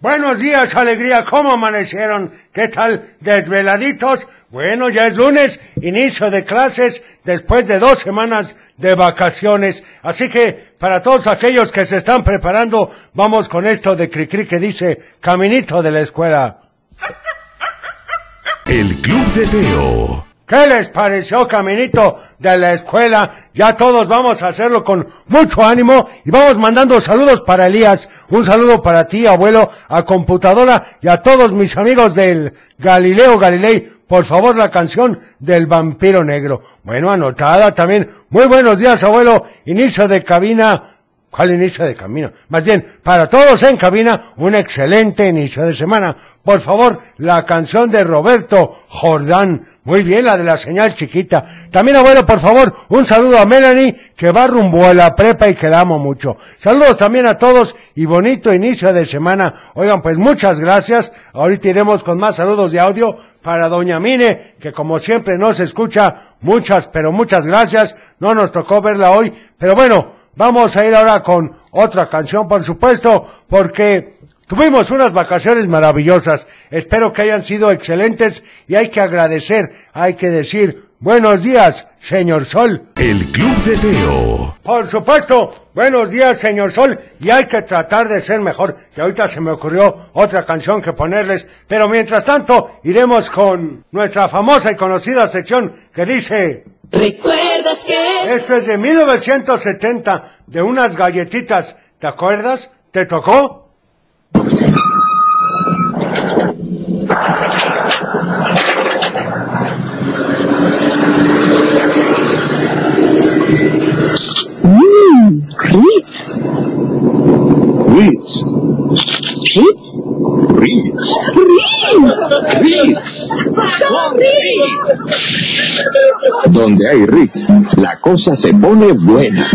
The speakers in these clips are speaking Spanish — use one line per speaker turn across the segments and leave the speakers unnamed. Buenos días, alegría. ¿Cómo amanecieron? ¿Qué tal? ¿Desveladitos? Bueno, ya es lunes, inicio de clases después de dos semanas de vacaciones. Así que para todos aquellos que se están preparando, vamos con esto de Cricri que dice Caminito de la Escuela.
El Club de Teo.
¿Qué les pareció, caminito de la escuela? Ya todos vamos a hacerlo con mucho ánimo y vamos mandando saludos para Elías. Un saludo para ti, abuelo, a computadora y a todos mis amigos del Galileo Galilei. Por favor, la canción del vampiro negro. Bueno, anotada también. Muy buenos días, abuelo. Inicio de cabina. ¿Cuál inicio de camino? Más bien, para todos en cabina, un excelente inicio de semana. Por favor, la canción de Roberto Jordán. Muy bien, la de la señal chiquita. También, abuelo, por favor, un saludo a Melanie, que va rumbo a la prepa y que la amo mucho. Saludos también a todos y bonito inicio de semana. Oigan, pues muchas gracias. Ahorita iremos con más saludos de audio para Doña Mine, que como siempre nos escucha. Muchas, pero muchas gracias. No nos tocó verla hoy, pero bueno, Vamos a ir ahora con otra canción, por supuesto, porque tuvimos unas vacaciones maravillosas. Espero que hayan sido excelentes y hay que agradecer, hay que decir buenos días, señor Sol.
El Club de Teo.
Por supuesto, buenos días, señor Sol, y hay que tratar de ser mejor. Y ahorita se me ocurrió otra canción que ponerles, pero mientras tanto iremos con nuestra famosa y conocida sección que dice...
¿Recuerdas que?
Esto es de 1970, de unas galletitas. ¿Te acuerdas? ¿Te tocó?
Mmm, Ritz.
Ritz,
Ritz.
Ritz,
Ritz.
Ritz.
Son Ritz.
Donde hay Ritz, la cosa se pone buena.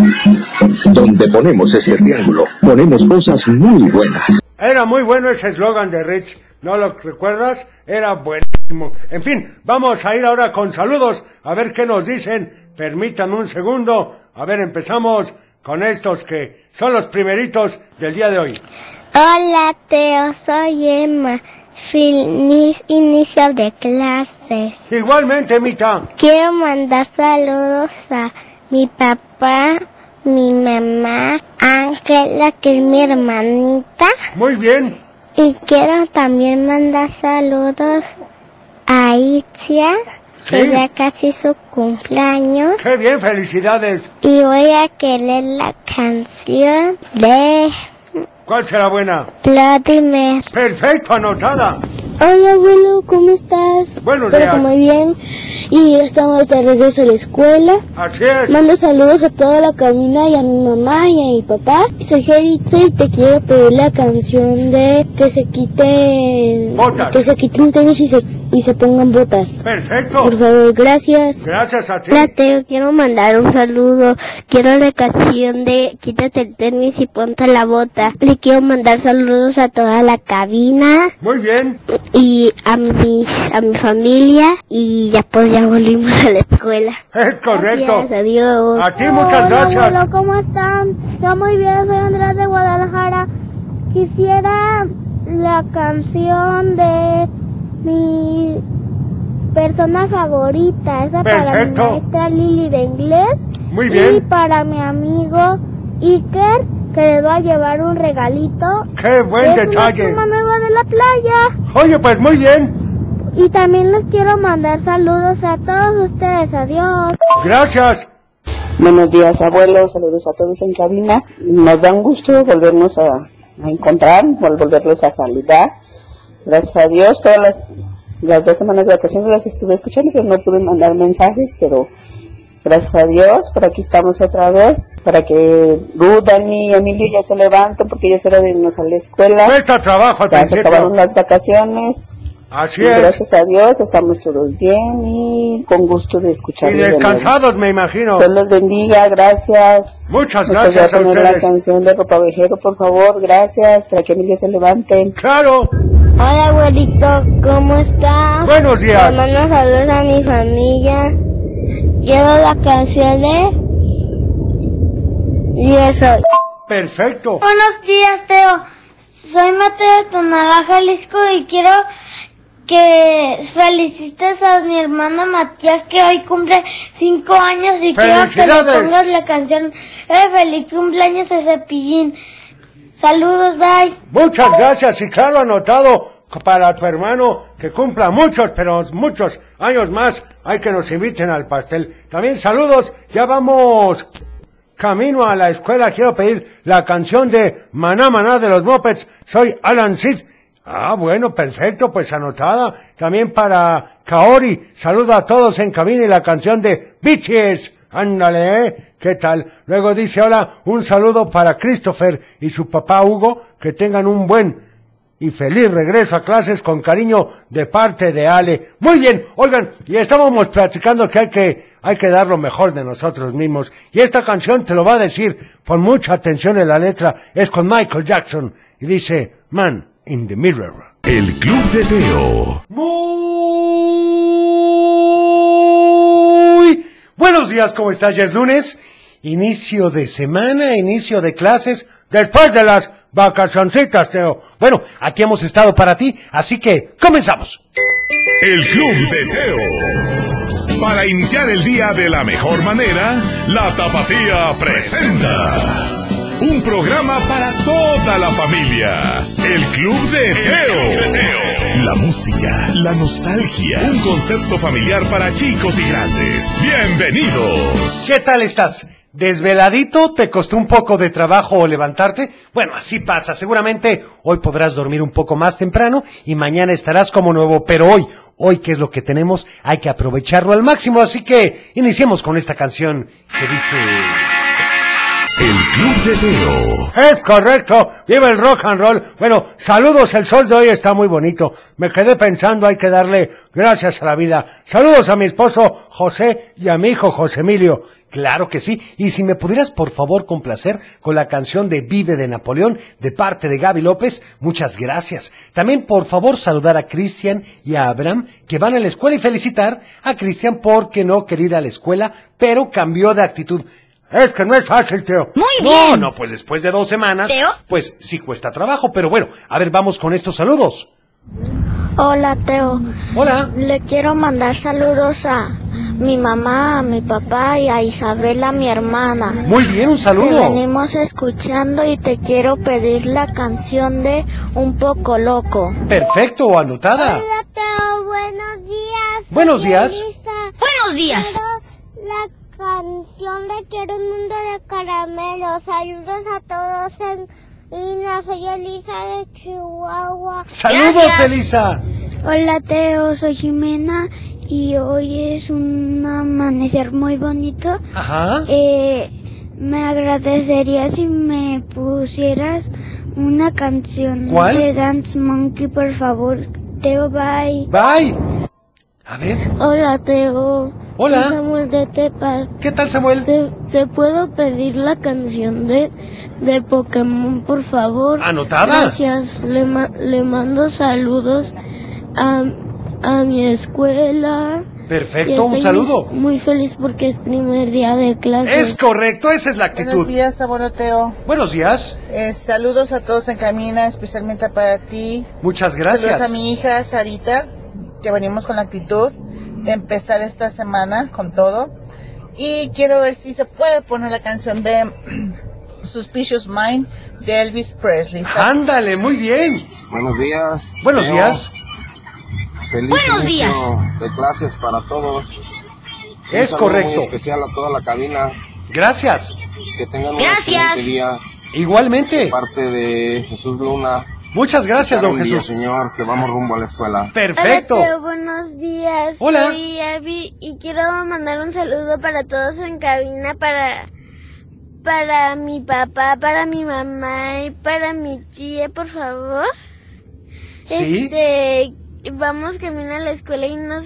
Donde ponemos este triángulo, ponemos cosas muy buenas.
Era muy bueno ese eslogan de Rich. ¿No lo recuerdas? Era buenísimo. En fin, vamos a ir ahora con saludos a ver qué nos dicen. Permítanme un segundo. A ver, empezamos con estos que son los primeritos del día de hoy.
Hola Teo, soy Emma. Feliz inicio de clases.
Igualmente, Mita.
Quiero mandar saludos a mi papá, mi mamá, Ángela, que es mi hermanita.
Muy bien.
Y quiero también mandar saludos a Itzia, que
Sí.
ya casi es su cumpleaños.
Qué bien, felicidades.
Y voy a querer la canción de
¿Cuál será buena?
Vladimir.
Perfecto, anotada.
Hola abuelo, ¿cómo estás?
Buenos
Espero que
días.
muy bien. Y estamos de regreso a la escuela.
Así es.
Mando saludos a toda la cabina y a mi mamá y a mi papá. Soy Geritze y te quiero pedir la canción de que se quiten
Botas.
que se quiten tenis y se, y se pongan botas.
Perfecto.
Por favor, gracias.
Gracias a ti.
Hola Teo, quiero mandar un saludo. Quiero la canción de Quítate el tenis y ponte la bota. Le quiero mandar saludos a toda la cabina
Muy bien.
y a mi, a mi familia y ya pues ya volvimos a la escuela.
Es correcto.
Gracias, adiós.
A ti muchas gracias.
¿cómo están? Yo muy bien, soy Andrés de Guadalajara. Quisiera la canción de mi persona favorita, esa
Perfecto.
para mi maestra Lili de inglés
Muy
y
bien.
para mi amigo Iker que les va a llevar un regalito.
Qué buen
es
detalle.
una pluma nueva de la playa.
Oye, pues muy bien.
Y también les quiero mandar saludos a todos ustedes. Adiós.
Gracias.
Buenos días, abuelos. Saludos a todos en cabina. Nos da un gusto volvernos a, a encontrar, vol- volverlos a saludar. Gracias a Dios, todas las, las dos semanas de vacaciones las estuve escuchando, pero no pude mandar mensajes, pero gracias a Dios, por aquí estamos otra vez, para que Ruth, Dani y Emilio ya se levanten, porque ya es hora de irnos a la escuela.
Cuesta este trabajo al
Ya se
principio.
acabaron las vacaciones
Así
Y
es.
gracias a Dios estamos todos bien y con gusto de escuchar.
Y descansados, me imagino.
Dios los bendiga, gracias.
Muchas
Nos podría
gracias a
poner la
ustedes.
canción de Ropa Vejero, por favor, gracias, para que Emilio se levante.
Claro.
Hola abuelito, ¿cómo estás?
Buenos días.
Le mando saludos a mi familia. Quiero la canción de... Y eso.
Perfecto.
Buenos días, Teo. Soy Mateo de Tonalá, Jalisco y quiero que felicites a mi hermano Matías que hoy cumple cinco años y quiero que le
¡Felicidades!
pongas la canción de feliz cumpleaños a Cepillín. Saludos, bye.
Muchas gracias y claro anotado para tu hermano que cumpla muchos, pero muchos años más. Hay que nos inviten al pastel. También saludos, ya vamos camino a la escuela. Quiero pedir la canción de Maná Maná de los Mopeds. Soy Alan Sid. Ah, bueno, perfecto, pues anotada. También para Kaori, saludo a todos en cabina y la canción de Bitches. Ándale, ¿eh? ¿Qué tal? Luego dice, hola, un saludo para Christopher y su papá Hugo, que tengan un buen y feliz regreso a clases con cariño de parte de Ale. Muy bien, oigan, y estábamos platicando que hay que, hay que dar lo mejor de nosotros mismos. Y esta canción te lo va a decir, con mucha atención en la letra, es con Michael Jackson. Y dice, Man in the Mirror.
El Club de Teo.
Muy buenos días, ¿cómo estás? Ya es lunes, inicio de semana, inicio de clases, después de las vacacioncitas, Teo. Bueno, aquí hemos estado para ti, así que comenzamos.
El Club de Teo. Para iniciar el día de la mejor manera, la Tapatía presenta. Un programa para toda la familia. El Club de Teo. La música, la nostalgia, un concepto familiar para chicos y grandes. Bienvenidos.
¿Qué tal estás? ¿Desveladito? ¿Te costó un poco de trabajo levantarte? Bueno, así pasa. Seguramente hoy podrás dormir un poco más temprano y mañana estarás como nuevo. Pero hoy, hoy que es lo que tenemos, hay que aprovecharlo al máximo. Así que iniciemos con esta canción que dice...
El Club de Teo.
Es correcto, viva el rock and roll. Bueno, saludos, el sol de hoy está muy bonito. Me quedé pensando, hay que darle gracias a la vida. Saludos a mi esposo José y a mi hijo José Emilio. Claro que sí. Y si me pudieras, por favor, complacer con la canción de Vive de Napoleón de parte de Gaby López, muchas gracias. También, por favor, saludar a Cristian y a Abraham que van a la escuela y felicitar a Cristian porque no quería ir a la escuela, pero cambió de actitud. Es que no es fácil, Teo.
Muy
No,
bien.
no, pues después de dos semanas,
¿Teo?
pues sí cuesta trabajo, pero bueno, a ver, vamos con estos saludos.
Hola Teo,
Hola.
le quiero mandar saludos a mi mamá, a mi papá y a Isabela, mi hermana.
Muy bien, un
Te
saludo.
venimos escuchando y te quiero pedir la canción de Un poco loco.
Perfecto, anotada.
Hola, Teo. Buenos días.
Buenos días.
Buenos días.
la canción de Quiero un mundo de caramelos. Saludos a todos en Ina. Soy Elisa de Chihuahua.
Saludos,
Gracias.
Elisa.
Hola Teo, soy Jimena y hoy es un amanecer muy bonito.
Ajá.
Eh, me agradecería si me pusieras una canción
¿Cuál?
de Dance Monkey, por favor. Teo, bye.
Bye. A ver,
Hola Teo.
Hola.
Soy Samuel de Tepa.
¿qué tal, Samuel?
¿Te, te puedo pedir la canción de, de Pokémon, por favor?
Anotada.
Gracias. Le, ma- le mando saludos a, a mi escuela. Y
Perfecto, un
estoy
saludo.
Muy, muy feliz porque es primer día de clases.
Es correcto, esa es la
Buenos
actitud.
días, abuelo Teo.
Buenos días.
Eh, saludos a todos en camina, especialmente para ti.
Muchas
Saludos a
gracias.
mi hija Sarita, que venimos con la actitud de empezar esta semana con todo. Y quiero ver si se puede poner la canción de Suspicious Mind de Elvis Presley.
Ándale, muy bien.
Buenos días.
Buenos
Teo.
días.
Feliz
Buenos
inicio
días.
De clases para todos. Un
Es
saludo
correcto.
Muy especial a toda la cabina.
Gracias.
Que tengan un
Gracias.
excelente día.
Igualmente.
Parte de Jesús Luna.
Muchas gracias, don
Buen día,
Jesús.
señor, que vamos rumbo a la escuela.
Perfecto.
Hola, Teo, buenos días.
Hola.
Soy Abby y quiero mandar un saludo para todos en cabina, para, para mi papá, para mi mamá y para mi tía, por favor.
Sí.
Este, vamos camino a la escuela y nos,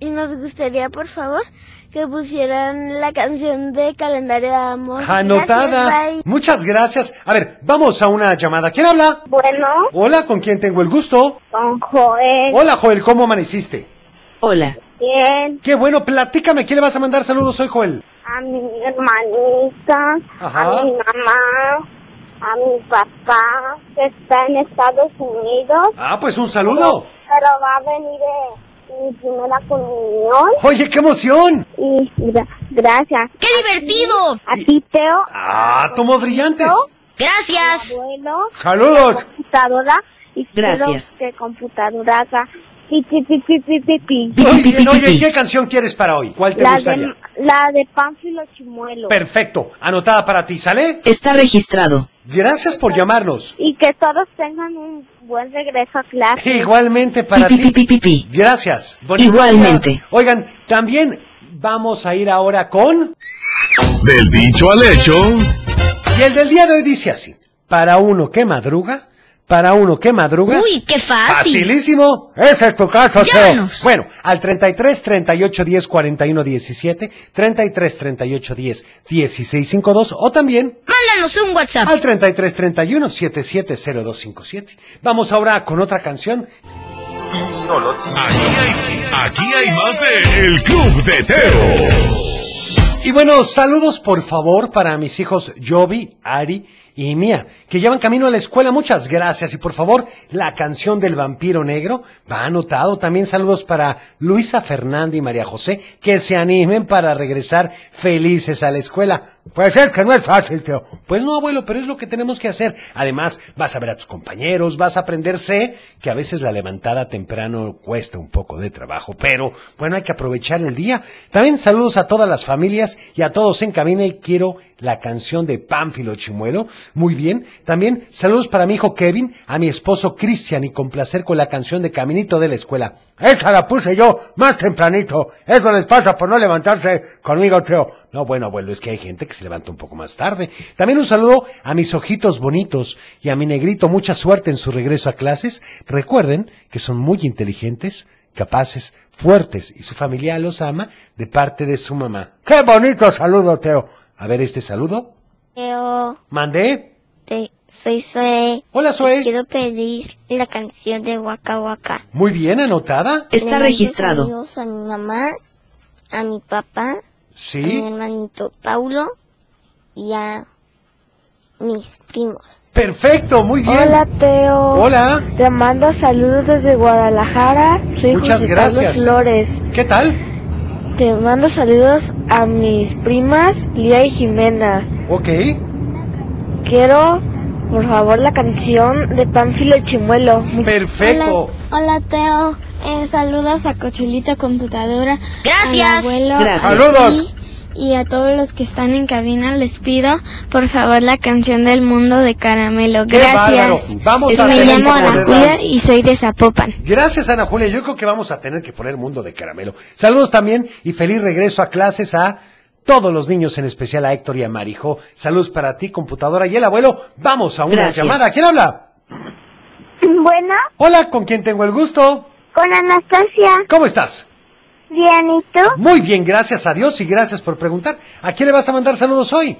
y nos gustaría, por favor, que pusieran la canción de calendario de amor.
Anotada.
Gracias, bye.
Muchas gracias. A ver, vamos a una llamada. ¿Quién habla?
Bueno,
Hola, ¿con quién tengo el gusto?
con Joel.
Hola, Joel, ¿cómo amaneciste?
Hola.
Bien,
Qué bueno, platícame, ¿quién le vas a mandar saludos hoy, Joel?
a mi hermanita,
Ajá.
a mi mamá, a mi papá, que está en Estados Unidos.
Ah, pues un saludo.
Pero va a venir eh, mi primera comunión.
Oye, qué emoción.
Y gra- gracias. ¡Qué divertido! A ti, Teo.
Ah, tomó brillantes.
Gracias. Abuelo,
Saludos.
computadora. Y
Gracias.
quiero que computadora haga pi, pi, pi, pi, pi, pi, pi.
Muy bien, oye, ¿qué canción quieres para hoy? ¿Cuál te
La
gustaría?
de, la de Pánfilo Chimuelo.
Perfecto, anotada para ti, ¿sale?
Está registrado.
Gracias por llamarnos.
Y que todos tengan un buen regreso a clase.
Igualmente para
Pi, pi,
ti. Gracias. Bonito
Igualmente.
día. Oigan, también vamos a ir ahora con...
Del dicho al hecho,
Y el del día de hoy dice así. Para uno que madruga, para uno que madruga...
qué
Facilísimo. Ese es tu caso, Teo.
Llámanos.
Bueno, al 33 38 10 41 17, 33 38 10 16 52 o también
Mándanos un WhatsApp.
al 33 31 77 0257. Vamos ahora con otra canción.
aquí hay, aquí hay más de El Club de Teo.
Y bueno, saludos por favor para mis hijos Jovi, Ari y Mía, que llevan camino a la escuela. Muchas gracias. Y por favor, la canción del vampiro negro va anotado. También saludos para Luisa Fernanda y María José, que se animen para regresar felices a la escuela. Pues es que no es fácil, Teo. Pues no, abuelo, pero es lo que tenemos que hacer. Además, vas a ver a tus compañeros, vas a aprenderse que a veces la levantada temprano cuesta un poco de trabajo, pero bueno, hay que aprovechar el día. También saludos a todas las familias y a todos en cabina y quiero la canción de Pánfilo Chimuelo. Muy bien. También saludos para mi hijo Kevin, a mi esposo Cristian y con placer con la canción de Caminito de la Escuela. Esa la puse yo más tempranito. Eso les pasa por no levantarse conmigo, Teo. No, bueno, abuelo, es que hay gente que se levanta un poco más tarde. También un saludo a mis ojitos bonitos y a mi negrito. Mucha suerte en su regreso a clases. Recuerden que son muy inteligentes, capaces, fuertes y su familia los ama de parte de su mamá. ¡Qué bonito saludo, Teo! A ver este saludo.
Teo,
Mandé.
te, soy Zoe.
Hola, Zoe.
Te quiero pedir la canción de Waka Waka.
Muy bien, anotada.
Le mando Saludos a mi mamá, a mi papá, a mi
Sí.
hermanito Paulo y a mis primos.
Perfecto, muy bien.
Hola Teo.
Hola.
Te mando saludos desde Guadalajara. Soy
Muchas
José
gracias.
Carlos Flores.
¿Qué tal?
Te mando saludos a mis primas Lía y Jimena.
Ok.
Quiero, por favor, la canción de Pánfilo Chimuelo. Much-
Perfecto.
Hola Teo, Eh, saludos a Cocholita Computadora.
Gracias.
a mi abuelo,
Gracias.
a
Saludos.
ti, Y a todos los que están en cabina les pido, por favor, la canción del mundo de caramelo.
¡Qué bárbaro!
Gracias.
Vamos a
Me
tener
llamo
que
Ana
ponerla.
Julia y soy de Zapopan.
Gracias, Ana Julia. Yo creo que vamos a tener que poner mundo de caramelo. Saludos también y feliz regreso a clases a todos los niños, en especial a Héctor y a Marijo. Saludos para ti, computadora y el abuelo. Vamos a una
Gracias.
llamada. ¿Quién habla?
Bueno,
Hola, ¿con quién tengo el gusto?
con Anastasia.
¿Cómo estás?
Bien, ¿y tú?
Muy bien, gracias a Dios y gracias por preguntar. ¿A quién le vas a mandar saludos hoy?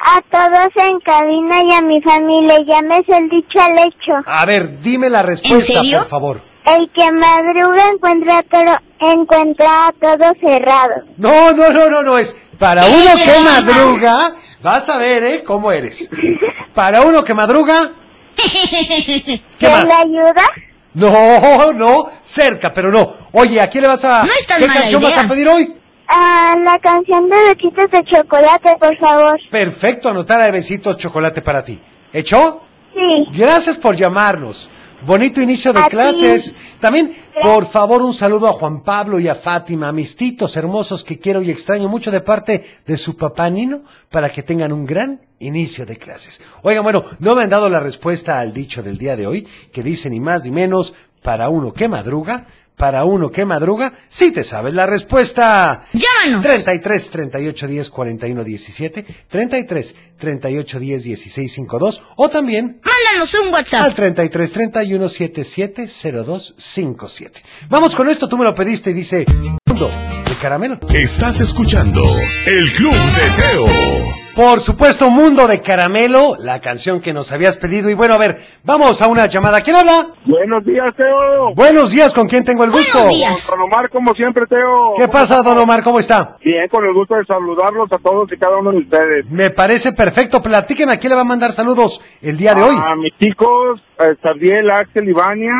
A todos en cabina y a mi familia, llames el dicho al hecho.
A ver, dime la respuesta,
serio?
por favor.
El que madruga encuentra a todo, encuentra a todo cerrado.
No, no, no, no, no es. Para
¡Qué
uno que
drama!
madruga, vas a ver, ¿eh? ¿Cómo eres? Para uno que madruga, ¿qué
¿Quién
más?
le ayuda?
No, no, cerca, pero no. Oye, ¿a quién le vas a...
No es tan
¿Qué
mala
canción
idea.
vas a pedir hoy?
Ah, la canción de Bechitos de Chocolate, por favor.
Perfecto, anotada de besitos chocolate para ti. ¿Hecho?
Sí.
Gracias por llamarnos. Bonito inicio de
A ti.
clases. También, por favor, un saludo a Juan Pablo y a Fátima, a mis titos hermosos que quiero y extraño mucho de parte de su papá Nino, para que tengan un gran inicio de clases. Oigan, bueno, no me han dado la respuesta al dicho del día de hoy, que dice ni más ni menos, para uno que madruga, para uno que madruga? Si te sabes la respuesta.
¡Llámanos!
33 38 10 41 17, 33 38 10 16 52 o también
Mándanos un WhatsApp.
al 33 31 77 02 57. Vamos con esto, tú me lo pediste y dice Mundo de caramelo.
Estás escuchando El Club de Teo.
Por supuesto, Mundo de Caramelo, la canción que nos habías pedido. Y bueno, a ver, vamos a una llamada. ¿Quién habla?
Buenos días, Teo.
Buenos días, ¿con quién tengo el gusto?
Don Omar, como siempre, Teo.
¿Qué pasa, don Omar? ¿Cómo está?
Bien, con el gusto de saludarlos a todos y cada uno de ustedes.
Me parece perfecto. Platíqueme, ¿a quién le va a mandar saludos el día de hoy?
A mis chicos, a Sardiel, Axel y Vania,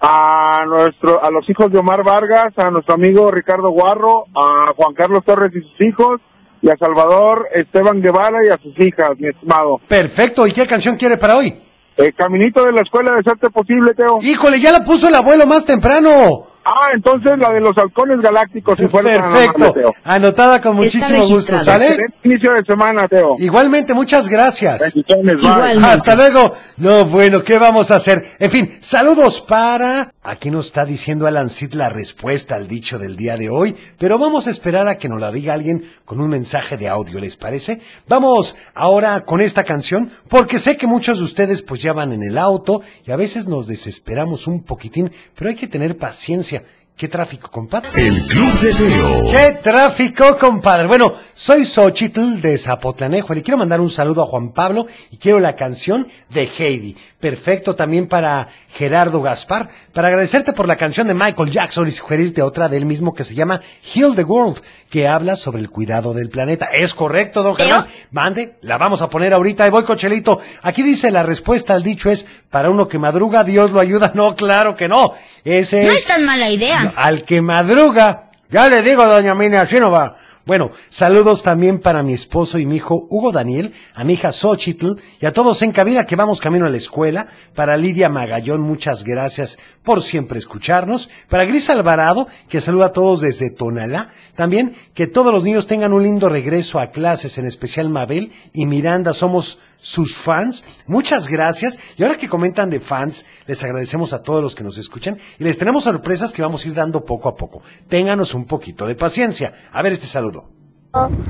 a nuestro, a los hijos de Omar Vargas, a nuestro amigo Ricardo Guarro, a Juan Carlos Torres y sus hijos, y a Salvador Esteban Guevara y a sus hijas, mi estimado.
Perfecto, ¿y qué canción quiere para hoy?
El caminito de la escuela de serte posible, Teo.
Híjole, ya la puso el abuelo más temprano.
Ah, entonces la de los halcones galácticos, si fuera tan amable,
Perfecto.
Teo.
Anotada con
Está
muchísimo gusto,
registrado.
¿sale?
Excelente inicio de semana, Teo.
Igualmente, muchas gracias.
Bendiciones, bye. Igualmente.
Hasta luego. No, bueno, ¿qué vamos a hacer? En fin, saludos para... Aquí nos está diciendo Alan Cid la respuesta al dicho del día de hoy, pero vamos a esperar a que nos la diga alguien con un mensaje de audio, ¿les parece? Vamos ahora con esta canción, porque sé que muchos de ustedes pues ya van en el auto y a veces nos desesperamos un poquitín, pero hay que tener paciencia. ¿Qué tráfico, compadre?
El Club de Teo.
¡Qué tráfico, compadre! Bueno, soy Xochitl de Zapotlanejo. Le quiero mandar un saludo a Juan Pablo y quiero la canción de Heidi. Perfecto también para Gerardo Gaspar. Para agradecerte por la canción de Michael Jackson y sugerirte otra de él mismo que se llama Heal the World, que habla sobre el cuidado del planeta. Es correcto, don Germán. Mande, la vamos a poner ahorita. Y voy, cochelito. Aquí dice la respuesta al dicho es, para uno que madruga, Dios lo ayuda. No, claro que no. Ese
No
es...
es tan mala idea.
No, Al que madruga, ya le digo, doña Mina, así no va. Bueno, saludos también para mi esposo y mi hijo Hugo Daniel, a mi hija Xochitl y a todos en cabina que vamos camino a la escuela. Para Lidia Magallón, muchas gracias por siempre escucharnos. Para Gris Alvarado, que saluda a todos desde Tonalá. También que todos los niños tengan un lindo regreso a clases, en especial Mabel y Miranda, somos sus fans. Muchas gracias. Y ahora que comentan de fans, les agradecemos a todos los que nos escuchan y les tenemos sorpresas que vamos a ir dando poco a poco. Ténganos un poquito de paciencia. A ver este saludo.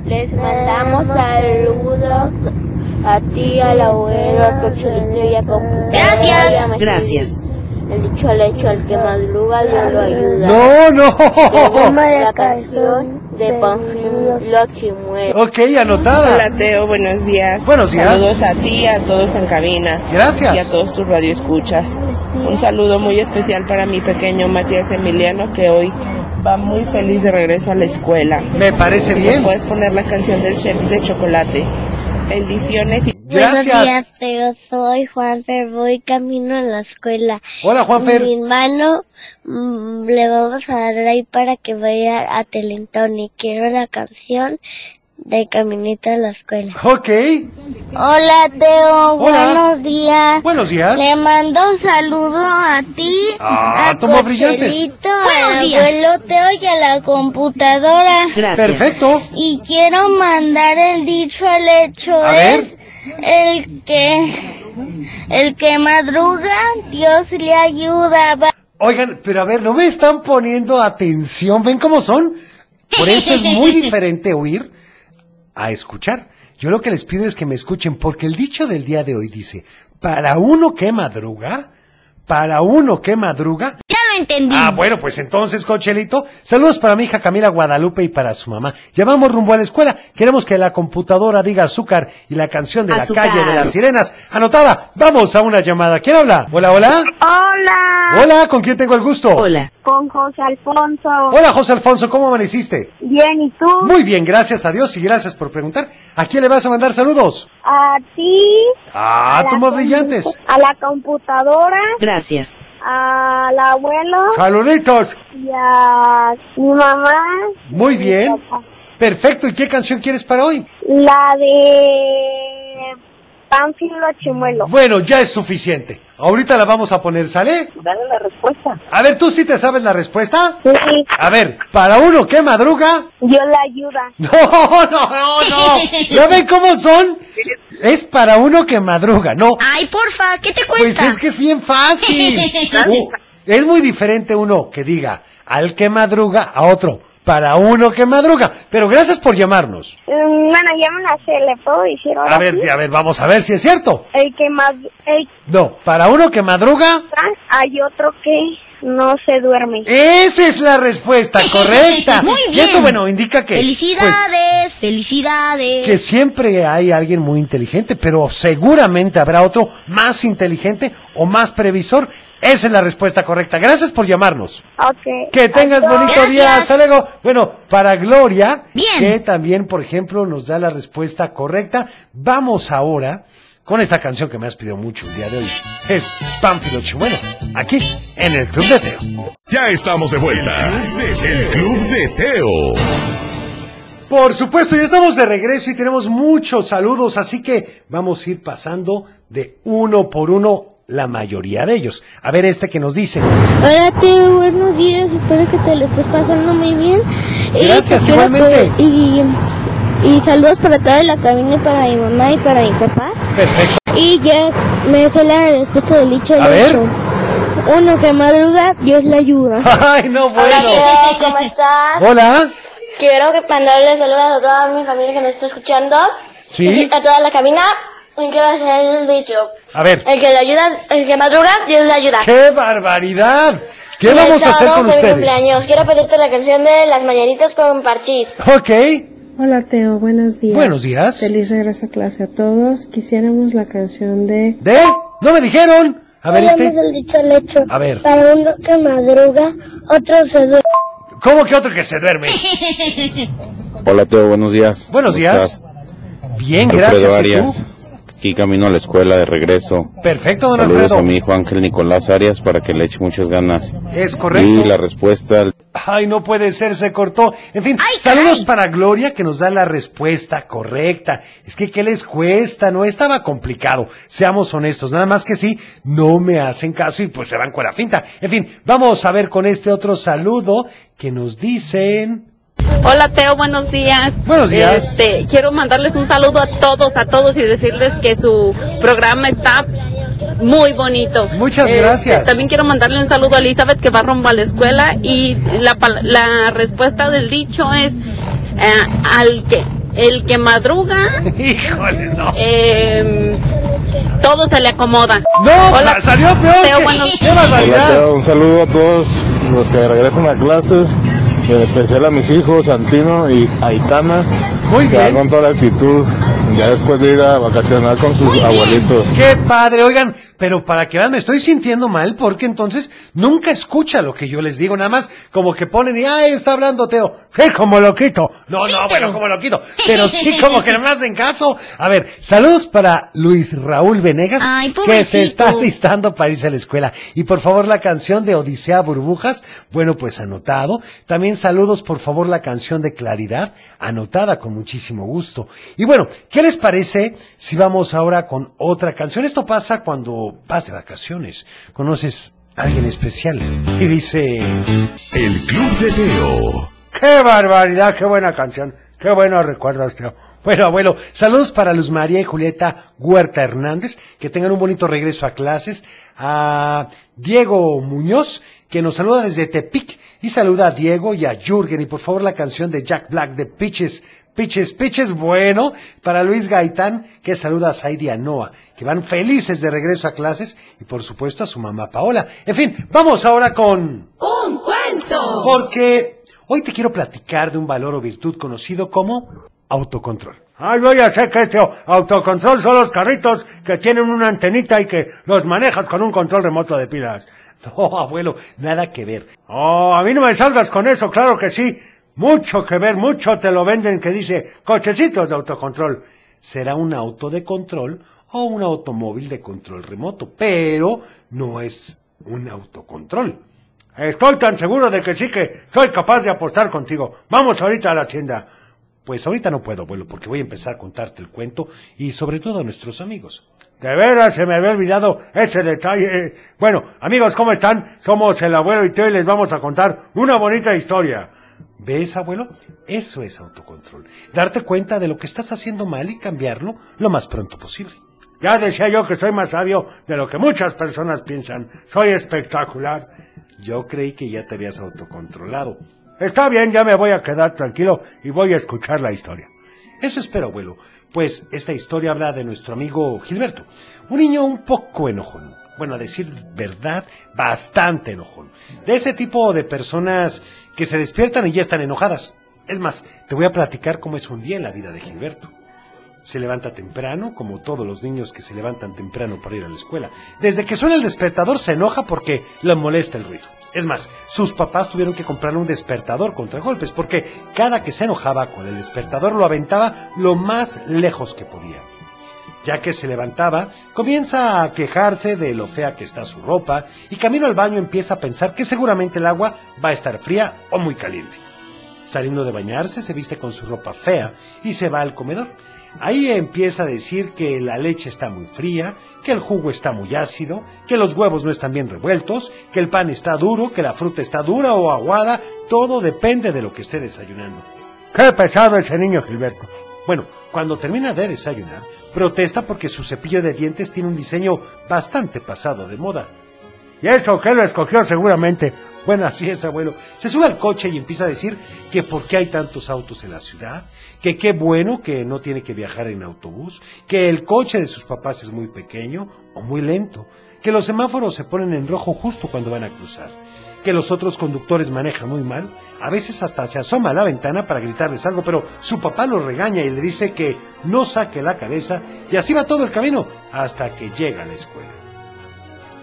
Les mandamos saludos a ti, al abuelo, a Cocholito y a Computadora.
Gracias.
y a Machín.
Gracias.
El dicho al hecho, al que madruga Dios lo ayuda.
No, no. oh.
La canción de Panfilo Chimuel.
Ok, anotada.
Hola Teo, buenos días.
Buenos días.
Saludos a ti, a todos en cabina.
Gracias.
Y a todos tus radioescuchas. Un saludo muy especial para mi pequeño Matías Emiliano que hoy va muy feliz de regreso a la escuela.
Me parece
Si me
bien.
puedes poner la canción del chef de chocolate. Bendiciones y
Buenos días, Teo. Soy Juanfer, voy camino a la escuela.
Hola, Juanfer.
Mi hermano mm, le vamos a dar ahí para que vaya a Telentón y quiero la canción de Caminito a la escuela.
Ok.
Hola, Teo.
Hola.
Buenos días.
Buenos días.
Le mando un saludo a ti,
Ah,
a
tomó brillantes.
Cochelito,
Buenos
al
días.
abuelo Teo y a la computadora.
Perfecto.
Y quiero mandar el dicho al hecho
A ver.
es el que el que madruga Dios le ayuda. Va-
Oigan, pero a ver, no me están poniendo atención. ¿Ven cómo son? Por eso es muy diferente oír a escuchar. Yo lo que les pido es que me escuchen, porque el dicho del día de hoy dice, para uno que madruga, para uno que madruga.
Ya lo entendí.
Ah, bueno, pues entonces, Cochelito, saludos para mi hija Camila Guadalupe y para su mamá. Llamamos rumbo a la escuela. Queremos que la computadora diga azúcar y la canción de
Azúcar.
la calle de las sirenas. Anotada, vamos a una llamada. ¿Quién habla? Hola, hola.
Hola,
Hola, ¿con quién tengo el gusto? Hola.
con José Alfonso.
Hola, José Alfonso, ¿cómo amaneciste?
Bien, ¿y tú?
Muy bien, gracias a Dios y gracias por preguntar. ¿A quién le vas a mandar saludos?
A ti,
Ah,
Hola,
tomos brillantes.
a la computadora,
Gracias.
al abuelo
Saluditos.
y a mi mamá.
Muy bien. Perfecto, ¿y qué canción quieres para hoy?
La de Pánfilo Chimuelo.
Bueno, ya es suficiente. Ahorita la vamos a poner, ¿sale?
Dale la respuesta.
A ver, ¿tú sí te sabes la respuesta?
Sí,
A ver, para uno que madruga.
Dios la ayuda.
No, no, no, no. ¿Ya ven cómo son? Es para uno que madruga, no.
Ay, porfa, ¿qué te
Pues
cuesta?
es que es bien fácil. U- Uh, Es muy diferente uno que diga al que madruga a otro para uno que madruga. Pero gracias por llamarnos.
Mm, Bueno, ya me la sé, ¿le puedo decir ahora?
A ver,
sí?
a ver, vamos a ver si es cierto.
El que más... El
No, para uno que madruga,
hay otro que no se duerme.
Eh, esa es la respuesta correcta.
Muy
Y esto,
bien.
bueno, indica que... pues,
Felicidades, felicidades.
que siempre hay alguien muy inteligente, pero seguramente habrá otro más inteligente o más previsor. Esa es la respuesta correcta. Gracias por llamarnos.
Ok.
Que tengas
Adiós.
bonito día. Hasta luego. Bueno, para Gloria,
Bien.
que también, por ejemplo, nos da la respuesta correcta, vamos ahora con esta canción que me has pedido mucho el día de hoy. Es Pánfilo Chimuelo, aquí en el Club de Teo.
Ya estamos de vuelta. El Club de Teo.
Por supuesto, ya estamos de regreso y tenemos muchos saludos, así que vamos a ir pasando de uno por uno la mayoría de ellos. A ver este que nos dice.
Hola Teo, buenos días, espero que te lo estés pasando muy bien. Y
Gracias,
te quiero
igualmente.
pe- Y, y saludos para toda la cabina y para mi mamá y para mi papá.
Perfecto.
Y ya me sé la respuesta del dicho
A
al
ver.
hecho. Uno que madruga, Dios le ayuda.
Ay, no, bueno.
Hola, Teo, ¿cómo estás?
Hola.
Quiero que mandarle saludos a toda mi familia que nos está escuchando.
Sí.
Eh,
Y A toda la cabina. Y quiero hacer el dicho.
A ver.
El que le ayuda, el que madruga, Dios le ayuda.
¡Qué barbaridad! ¿Qué
Y el
vamos a hacer
sábado
con
fue mi
ustedes?
cumpleaños. Quiero pedirte la canción de Las Mañanitas con Parchís.
Ok.
Hola Teo, buenos días.
Buenos días.
Feliz regreso a clase a todos. Quisiéramos la canción de...
¿De? ¿No me dijeron? A ver,
Hablamos
este.
del
dicho al hecho.
A ver.
Para uno que madruga, otro se duerme.
¿Cómo que otro que se duerme?
Hola Teo, buenos días.
Buenos
¿Cómo
días.
estás?
Bien,
Alfredo
gracias. ¿Y tú?
Arias. Aquí camino a la escuela de regreso.
Perfecto, don
Saludos
Alfredo.
a mi hijo Ángel Nicolás Arias para que le eche muchas ganas.
Es
Y
correcto.
la respuesta al
Ay, no puede ser, se cortó. En fin, saludos para Gloria que nos da la respuesta correcta. Es que, ¿qué les cuesta? No estaba complicado. Seamos honestos, nada más que sí, no me hacen caso y pues se van con la finta. En fin, vamos a ver con este otro saludo que nos dicen...
Hola Teo, buenos días.
Buenos días.
Este, quiero mandarles un saludo a todos, a todos y decirles que su programa está muy bonito.
Muchas
Este,
gracias.
También quiero mandarle un saludo a Elizabeth que va rumbo a la escuela y la, pal- la respuesta del dicho es eh, al que el que madruga.
Híjole, no.
Em,
todo se le acomoda.
No,
Hola,
salió peor
Teo,
que-
buenos
qué barbaridad.
Hola, Teo, un saludo a todos los que regresan a clases, y en especial a mis hijos, Santino y Aitana,
Muy
que van
bien.
con toda la actitud, ya después de ir a vacacionar con sus abuelitos.
Qué padre, oigan, pero para que vean, me estoy sintiendo mal porque entonces nunca escucha lo que yo les digo, nada más como que ponen y, ay, está hablando Teo, sí, como lo quito. No, no, bueno, como lo quito, pero sí, como que no me hacen caso. A ver, saludos para Luis Raúl Venegas,
Ay,
que se está
pobrecito.
listando para irse a la escuela. Y por favor, la canción de Odisea Burbujas, bueno, pues anotado. También saludos, por favor, la canción de Claridad, anotada con muchísimo gusto. Y bueno, ¿qué les parece si vamos ahora con otra canción? Esto pasa cuando vas de vacaciones, conoces a alguien especial y dice...
El Club de Teo.
¡Qué barbaridad! ¡Qué buena canción! ¡Qué buenos recuerdos, Teo! Bueno, abuelo, saludos para Luz María y Julieta Huerta Hernández, que tengan un bonito regreso a clases. A Diego Muñoz, que nos saluda desde Tepic, y saluda a Diego y a Jürgen, y por favor la canción de Jack Black de Pitches. Pitches, pitches, bueno, para Luis Gaitán, que saluda a Saidi y a Noah, que van felices de regreso a clases, y por supuesto a su mamá Paola. En fin, vamos ahora con...
Un cuento.
Porque hoy te quiero platicar de un valor o virtud conocido como autocontrol.
Ay, yo ya sé que este autocontrol son los carritos que tienen una antenita y que los manejas con un control remoto de pilas.
No, abuelo, nada que ver.
Oh, a mí no me salgas con eso, claro que sí. Mucho que ver, mucho te lo venden que dice cochecitos de autocontrol.
Será un auto de control o un automóvil de control remoto, pero no es un autocontrol.
Estoy tan seguro de que sí que soy capaz de apostar contigo. Vamos ahorita a la tienda.
Pues ahorita no puedo, abuelo, porque voy a empezar a contarte el cuento y sobre todo a nuestros amigos.
De veras se me había olvidado ese detalle. Bueno, amigos, ¿cómo están? Somos el abuelo y Teo y les vamos a contar una bonita historia.
¿Ves, abuelo? Eso es autocontrol. Darte cuenta de lo que estás haciendo mal y cambiarlo lo más pronto posible.
Ya decía yo que soy más sabio de lo que muchas personas piensan. Soy espectacular.
Yo creí que ya te habías autocontrolado.
Está bien, ya me voy a quedar tranquilo y voy a escuchar la historia.
Eso espero, abuelo. Pues esta historia habla de nuestro amigo Gilberto, un niño un poco enojón. Bueno, a decir verdad, bastante enojón. De ese tipo de personas que se despiertan y ya están enojadas. Es más, te voy a platicar cómo es un día en la vida de Gilberto. Se levanta temprano, como todos los niños que se levantan temprano para ir a la escuela. Desde que suena el despertador se enoja porque le molesta el ruido. Es más, sus papás tuvieron que comprarle un despertador contra golpes porque cada que se enojaba con el despertador lo aventaba lo más lejos que podía. Ya que se levantaba, comienza a quejarse de lo fea que está su ropa y camino al baño empieza a pensar que seguramente el agua va a estar fría o muy caliente. Saliendo de bañarse, se viste con su ropa fea y se va al comedor. Ahí empieza a decir que la leche está muy fría, que el jugo está muy ácido, que los huevos no están bien revueltos, que el pan está duro, que la fruta está dura o aguada, todo depende de lo que esté desayunando.
¡Qué pesado ese niño Gilberto!
Bueno, cuando termina de desayunar, protesta porque su cepillo de dientes tiene un diseño bastante pasado de moda.
Y eso que lo escogió seguramente
bueno, así es, abuelo. Se sube al coche y empieza a decir que por qué hay tantos autos en la ciudad, que qué bueno que no tiene que viajar en autobús, que el coche de sus papás es muy pequeño o muy lento, que los semáforos se ponen en rojo justo cuando van a cruzar, que los otros conductores manejan muy mal, a veces hasta se asoma a la ventana para gritarles algo, pero su papá lo regaña y le dice que no saque la cabeza y así va todo el camino hasta que llega a la escuela.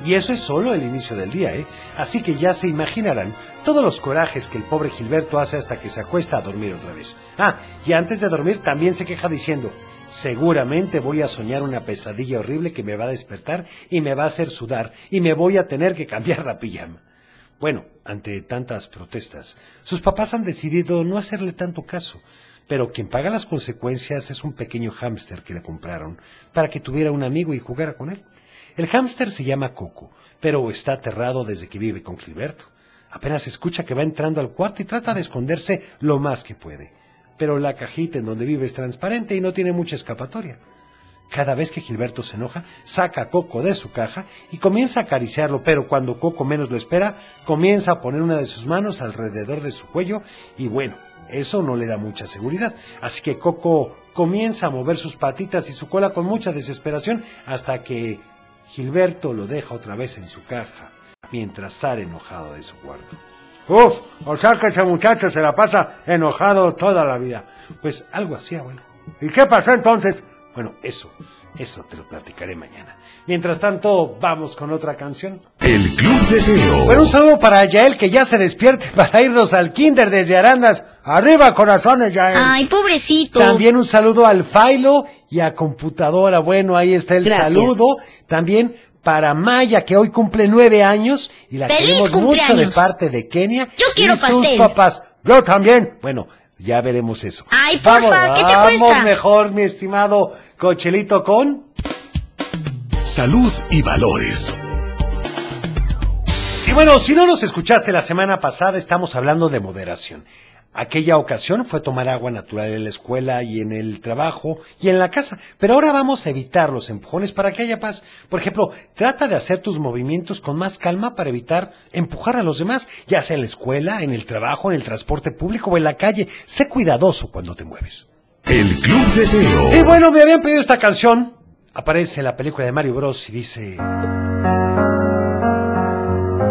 Y eso es solo el inicio del día, ¿eh? Así que ya se imaginarán todos los corajes que el pobre Gilberto hace hasta que se acuesta a dormir otra vez. Ah, y antes de dormir también se queja diciendo, seguramente voy a soñar una pesadilla horrible que me va a despertar y me va a hacer sudar y me voy a tener que cambiar la pijama. Bueno, ante tantas protestas, sus papás han decidido no hacerle tanto caso, pero quien paga las consecuencias es un pequeño hámster que le compraron para que tuviera un amigo y jugara con él. El hámster se llama Coco, pero está aterrado desde que vive con Gilberto. Apenas escucha que va entrando al cuarto y trata de esconderse lo más que puede. Pero la cajita en donde vive es transparente y no tiene mucha escapatoria. Cada vez que Gilberto se enoja, saca a Coco de su caja y comienza a acariciarlo, pero cuando Coco menos lo espera, comienza a poner una de sus manos alrededor de su cuello y bueno, eso no le da mucha seguridad. Así que Coco comienza a mover sus patitas y su cola con mucha desesperación hasta que Gilberto lo deja otra vez en su caja, mientras sale enojado de su cuarto.
Uf, o sea que ese muchacho se la pasa enojado toda la vida.
Pues algo así, abuelo.
¿Y qué pasó entonces?
Bueno, eso, eso te lo platicaré mañana. Mientras tanto, vamos con otra canción.
El Club de Teo.
Bueno, un saludo para Yael que ya se despierte para irnos al Kinder desde Arandas. Arriba, corazones, Yael.
Ay, pobrecito.
También un saludo al Failo y a computadora. Bueno, ahí está el Gracias. saludo. También para Maya, que hoy cumple nueve años y la
¡Feliz
queremos mucho de parte de Kenia.
Yo quiero
y
pastel.
sus papás. Yo también. Bueno, ya veremos eso.
Ay, porfa,
vamos,
¿qué te
vamos
cuesta?
mejor, mi estimado Cochelito, con...
Salud y valores.
Y bueno, si no nos escuchaste la semana pasada, estamos hablando de moderación. Aquella ocasión fue tomar agua natural en la escuela y en el trabajo y en la casa, pero ahora vamos a evitar los empujones para que haya paz. Por ejemplo, trata de hacer tus movimientos con más calma para evitar empujar a los demás, ya sea en la escuela, en el trabajo, en el transporte público o en la calle. Sé cuidadoso cuando te mueves.
El Club de Teo.
Y bueno, me habían pedido esta canción. Aparece en la película de Mario Bros y dice...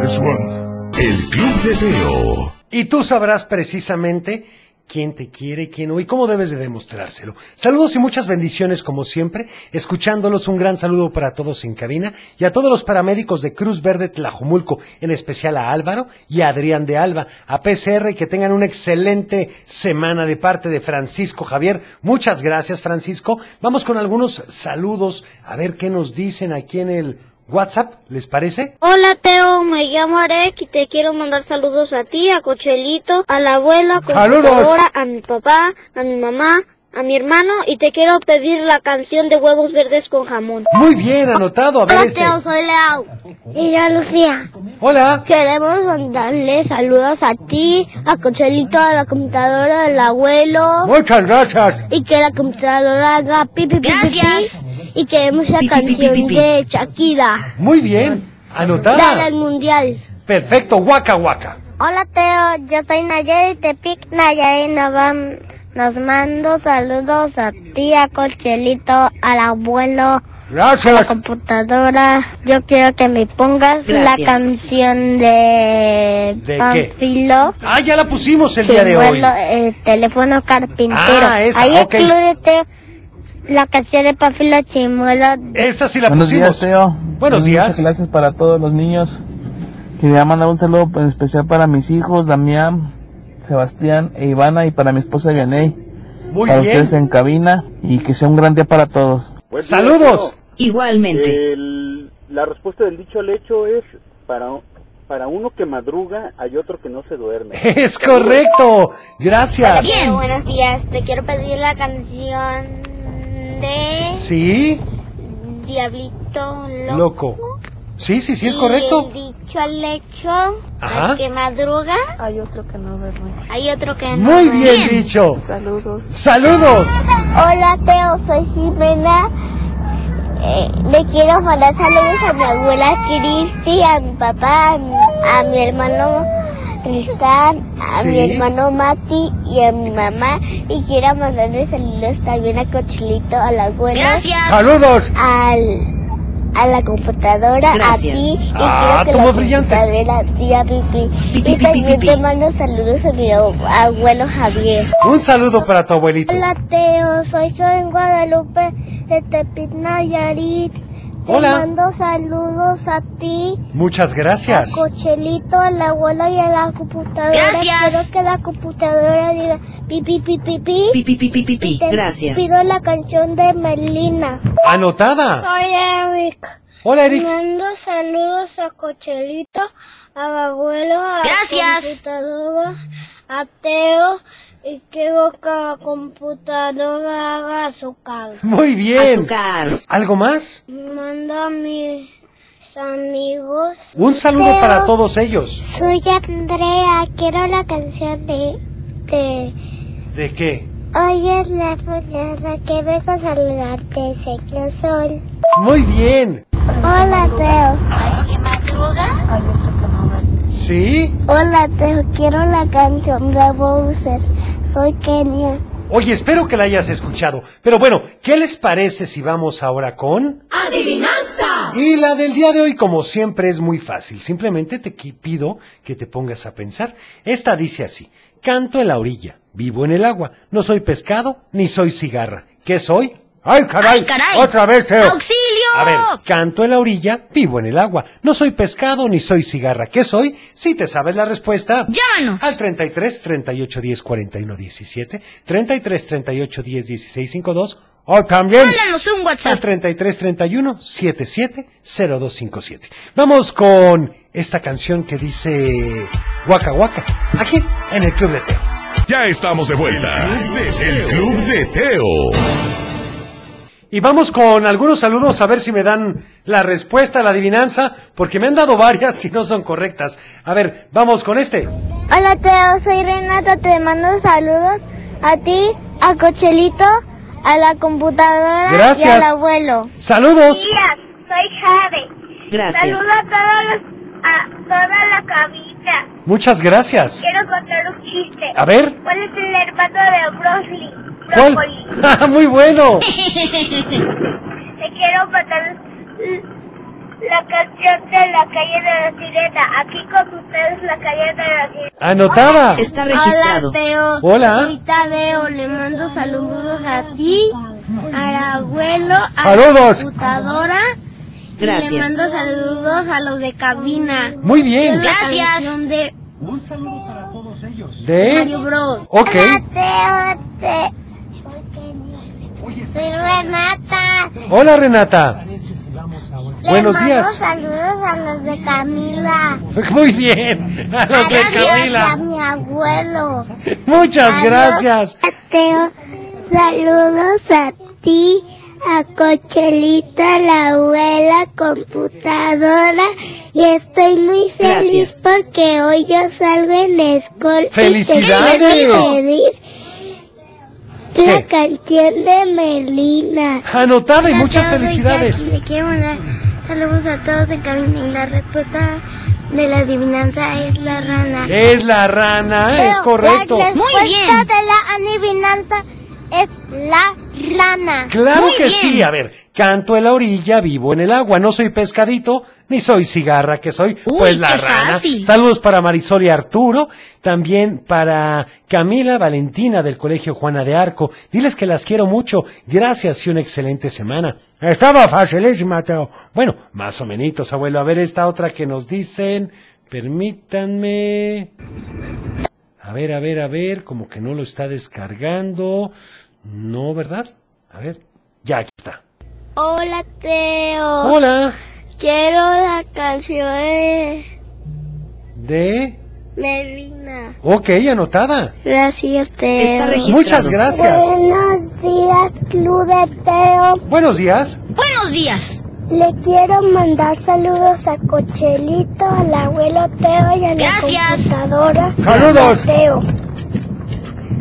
This one. El Club de Teo.
Y tú sabrás precisamente quién te quiere, quién no y cómo debes de demostrárselo. Saludos y muchas bendiciones como siempre. Escuchándolos un gran saludo para todos en cabina y a todos los paramédicos de Cruz Verde Tlajumulco, en especial a Álvaro y a Adrián de Alba, a PCR y que tengan una excelente semana de parte de Francisco Javier. Muchas gracias Francisco. Vamos con algunos saludos a ver qué nos dicen aquí en el WhatsApp, ¿les parece?
Hola Teo, me llamo Arek y te quiero mandar saludos a ti, a Cochelito, a la abuela, a computadora, a mi papá, a mi mamá, a mi hermano y te quiero pedir la canción de huevos verdes con jamón.
Muy bien, anotado. A ver
Hola
este.
Teo, soy Leao. Y yo Lucía.
Hola.
Queremos mandarle saludos a ti, a Cochelito, a la computadora, al abuelo
Muchas gracias.
y que la computadora haga pipi pipi
Gracias.
y queremos la
Pi, Ah. pi, pi, pi,
canción
pi.
de Shakira.
Muy bien,
Dale
anotada.
al mundial.
Perfecto, guaca guaca.
Hola Teo, yo soy Nayarit Tepic Nayarit Navam. Nos mando saludos a ti, a Cochelito, al abuelo,
Gracias.
la computadora. Yo quiero que me pongas la
Gracias.
canción de,
¿De qué?
Panfilo.
Ah, ya la pusimos el
que
día de
fue
hoy.
lo- el eh, teléfono carpintero.
Ah, esa,
Ahí
ok.
incluyete la canción de Panfilo Chimuelo.
Esta sí la
Buenos
pusimos.
días, Teo.
Buenos
Muchas
días.
gracias para todos los niños. Quería mandar un saludo pues, especial para mis hijos, Damián, Sebastián e Ivana, y para mi esposa Vianey.
Muy
para
bien.
ustedes eh. en cabina, y que sea un gran día para todos.
Buen día,
Saludos.
Teo.
Igualmente.
Pues El- la respuesta del dicho al hecho es para, para uno que madruga hay otro que no se duerme.
Es correcto. Gracias.
buenos días. Te quiero pedir la canción de
Sí,
Diablito
loco. Sí, sí, sí, es correcto.
dicho al hecho,
Ajá. al que
madruga,
Hay otro que no duerme.
hay otro que
Muy bien dicho.
Saludos.
Saludos.
Hola Teo, soy Jimena. Eh, le quiero mandar saludos a mi abuela Cristi, a mi papá, a mi, a mi hermano Tristán, a
Sí.
mi hermano Mati y a mi mamá. Y quiero mandarle saludos también a Cochilito, a la abuela.
Gracias.
Saludos.
Al, a la computadora,
Gracias.
a ti. Y
Ah,
quiero que la
tomó brillantes.
computadora diga pipí.
Pi, pi,
Y
pi, pi,
también
pi.
te mando saludos a mi ab- abuelo Javier.
Un saludo para tu abuelito.
Hola Teo, soy Soy Guadalupe de Tepit Nayarit. Te
Hola.
mando saludos a ti,
Muchas
a
gracias.
Cochelito, al abuelo y a la computadora.
Gracias.
Quiero que la computadora diga pi pi pi pi pi.
Pi, pi, pi, pi, pi, pi.
Te
Gracias.
pido la canción de Melina.
Anotada.
Soy Eric.
Hola, Eric.
Mando saludos a Cochelito, a abuelo, a
Gracias.
computadora, a Teo y quiero que la computadora haga su cargo.
Muy bien.
Azúcar.
¿Algo más?
Mando a mis amigos.
Un saludo
Teo,
para todos ellos.
Soy Andrea, quiero la canción de... de...
¿De qué?
Hoy es la mañana que vengo a saludarte, señor Sol.
Muy bien.
Hola, Teo.
¿Sí?
Hola, te quiero la canción de Bowser. Soy Kenia.
Oye, espero que la hayas escuchado. Pero bueno, ¿qué les parece si vamos ahora con...
Adivinanza.
Y la del día de hoy, como siempre, es muy fácil. Simplemente te qui- pido que te pongas a pensar. Esta dice así. Canto en la orilla, vivo en el agua, no soy pescado ni soy cigarra. ¿Qué soy?
¡Ay, caray!
¡Ay, caray!
¡Otra vez, Teo!
¡Auxilio!
A ver, canto en la orilla, vivo en el agua, no soy pescado ni soy cigarra. ¿Qué soy? Si te sabes la respuesta...
¡Llámanos!
Al 33 38 10 41 17, 33 38 10 16 52,
¡O también!
Háblanos un
al
WhatsApp.
33 31 77 0257. Vamos con esta canción que dice Waka Waka, aquí en el Club de Teo.
Ya estamos de vuelta. El Club de Teo.
Y vamos con algunos saludos a ver si me dan la respuesta a la adivinanza, porque me han dado varias y no son correctas. A ver, vamos con este.
Hola, Teo. Soy Renata. Te mando saludos a ti, a Cochelito, a la computadora y
Gracias.
al abuelo.
Saludos.
soy Jade.
Gracias.
a todos a toda la cabina.
Muchas gracias.
Quiero contar un chiste.
A ver.
¿Cuál es el hermano de Brosley?
¿Cuál? Ah, Muy bueno.
Te quiero mandar la canción de la calle de la sirena. Aquí con ustedes la calle de la sirena.
Anotada.
Está registrado.
Hola, Teo.
Hola.
Soy Tadeo. Le mando saludos a ti, al abuelo, a
Saludos.
la computadora. Y le
Gracias.
mando saludos a los de cabina.
Muy bien.
La
Gracias.
canción de
De.
Mario Bros.
Ok.
Mateo, te... Soy Renata.
Hola Renata.
Le
Buenos
mando
días.
saludos a los de Camila.
Muy bien. A los de
Gracias a
Camila.
mi abuelo.
Muchas
Adiós,
gracias.
Mateo, saludos a ti, a Cochelita, la abuela, computadora. Y estoy muy
Gracias.
feliz porque hoy yo salgo en la escuela. y
¡Felicidades!
tengo que pedir La
¿Qué?
canción de Melina.
Anotada y muchas
Mateo, soy
felicidades.
Jackie, Le quiero mandar Saludos a todos en camino. La respuesta de la adivinanza es la rana.
Es la rana, es correcto.
La respuesta de la adivinanza es la rana.
Claro que sí, a ver, canto en la orilla, vivo en el agua, no soy pescadito, ni soy cigarra, que soy
Uy,
pues la
qué
rana.
fácil.
Saludos para Marisol y Arturo, también para Camila Valentina del Colegio Juana de Arco. Diles que las quiero mucho, gracias y una excelente semana.
Estaba facilísima, Teo.
Bueno, más o menos, abuelo, a ver esta otra que nos dicen, permítanme. A ver, a ver, a ver, como que no lo está descargando. No, ¿verdad? A ver, ya aquí está.
Hola,
Oh.
Teo.
Hola.
Quiero la canción de
De.
Merina.
Ok, anotada.
Gracias, Teo.
Muchas gracias.
Buenos días, Club de Teo.
Buenos días.
Buenos días.
Le quiero mandar saludos a Cochelito, al abuelo Teo y a
Gracias.
la computadora.
Saludos.
Teo.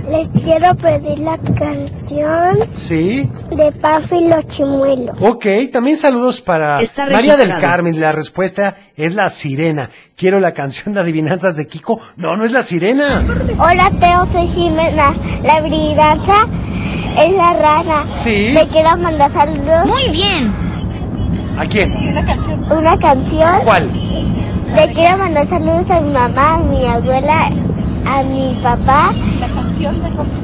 Les quiero pedir la canción
Sí.
de Pafi los chimuelos.
Ok, también saludos para
Está
María del
registrado.
Carmen. La respuesta es la sirena. Quiero la canción de adivinanzas de Kiko. No, no es la sirena.
Hola Teo, soy Jimena. La brillanza es la rana.
Sí.
Le quiero mandar saludos.
Muy bien.
¿A quién?
Una canción.
¿Cuál?
Le quiero mandar saludos a mi mamá, a mi abuela, a mi papá.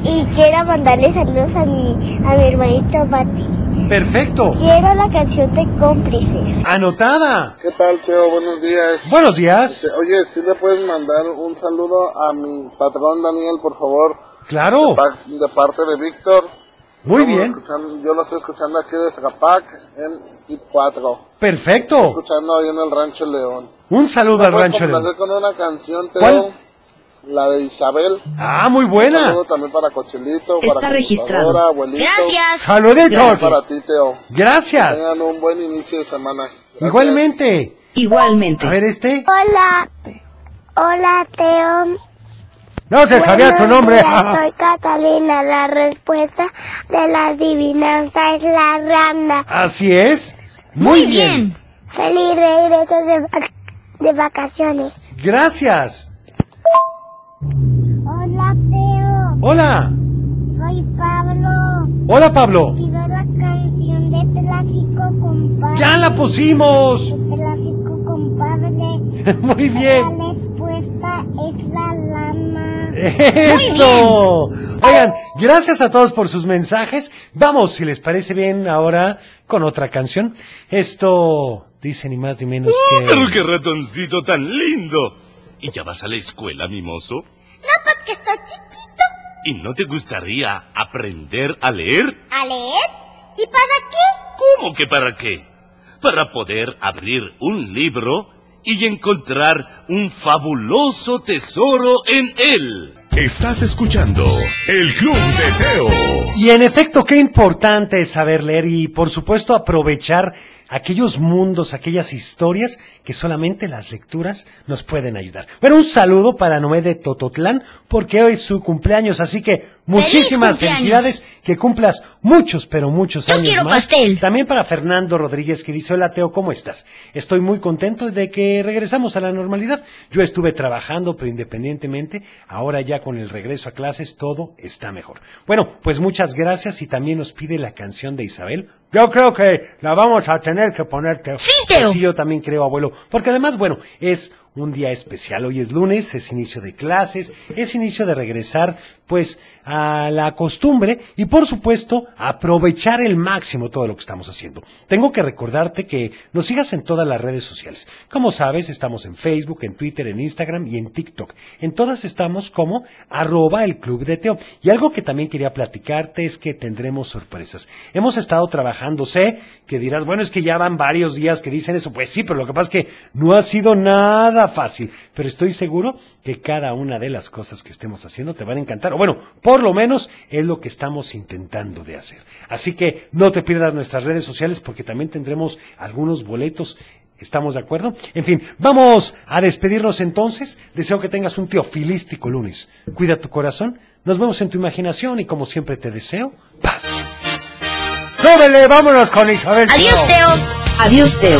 Y quiero mandarle saludos a mi, a mi hermanito Mati.
Perfecto.
Quiero la canción de cómplices.
Anotada.
¿Qué tal, Teo? Buenos días.
Buenos días.
Oye, si le puedes mandar un saludo a mi patrón Daniel, por favor,
Claro.
pa- de parte de Víctor.
Muy
Estamos
bien.
escuchando- yo lo estoy escuchando aquí de Zacapac en Hit 4. Estoy
Perfecto.
escuchando ahí en el Rancho León.
Un saludo al
¿Me puedes
rancho. León.
complacer con una canción, Teo?
¿Cuál?
La de Isabel.
Ah, muy
Un
buena.
saludo también para Cochelito,
Está
para
registrado.
computadora, abuelito.
Gracias.
Saluditos.
Gracias para ti, Teo.
Gracias.
Que tengan un buen inicio de semana. Gracias.
Igualmente.
Igualmente.
A ver este.
Hola. Hola Teo.
No se sabía tu
Buenos
nombre.
días, Soy Catalina. La respuesta de la adivinanza es la rana.
Así es. Muy bien.
Feliz regreso de, vac- de vacaciones.
Gracias.
Hola Teo.
Hola.
Soy Pablo.
Hola, Pablo.
Pido la canción de Tráfico Compadre.
Ya la pusimos.
Tráfico Compadre.
Muy bien. Eh,
La respuesta es la lama.
Eso. Oigan, gracias a todos por sus mensajes. Vamos, si les parece bien, ahora con otra canción. Esto dice ni más ni menos
Pero
que...
qué ratoncito tan lindo. ¿Y ya vas a la escuela, mimoso?
No, pues que estoy chiquito.
¿Y no te gustaría aprender a leer?
¿A leer? ¿Y para qué?
¿Cómo que para qué? Para poder abrir un libro y encontrar un fabuloso tesoro en él.
Estás escuchando El Club de Teo.
Y en efecto, qué importante es saber leer y, por supuesto, aprovechar aquellos mundos, aquellas historias que solamente las lecturas nos pueden ayudar. Bueno, un saludo para Noé de Tototlán, porque hoy es su cumpleaños, así que muchísimas
cumpleaños!
felicidades, que cumplas muchos, pero muchos
Yo
años
quiero
más.
pastel.
También para Fernando Rodríguez, que dice, hola Teo, ¿cómo estás? Estoy muy contento de que regresamos a la normalidad. Yo estuve trabajando, pero independientemente, ahora ya con el regreso a clases todo está mejor. Bueno, pues muchas gracias y también nos pide la canción de Isabel.
Yo creo que la vamos a tener que poner, Teo.
Sí, Teo.
Pues sí, yo también creo, abuelo. Porque además, bueno, es un día especial. Hoy es lunes, es inicio de clases, es inicio de regresar, pues, a la costumbre y, por supuesto, aprovechar el máximo todo lo que estamos haciendo. Tengo que recordarte que nos sigas en todas las redes sociales. Como sabes, estamos en Facebook, en Twitter, en Instagram y en TikTok. En todas estamos como arroba el club de Teo. Y algo que también quería platicarte es que tendremos sorpresas. Hemos estado trabajando, sé ¿Eh? que dirás, bueno, es que ya van varios días que dicen eso. Pues sí, pero lo que pasa es que no ha sido nada fácil. Pero estoy seguro que cada una de las cosas que estemos haciendo te van a encantar. O bueno, por lo menos es lo que estamos intentando de hacer. Así que no te pierdas nuestras redes sociales porque también tendremos algunos boletos ¿Estamos de acuerdo? En fin, vamos a despedirnos entonces. Deseo que tengas un teofilístico lunes. Cuida tu corazón. Nos vemos en tu imaginación y como siempre te deseo, paz.
Súbele, vámonos con Isabel.
Adiós, Teo.
Adiós, Teo.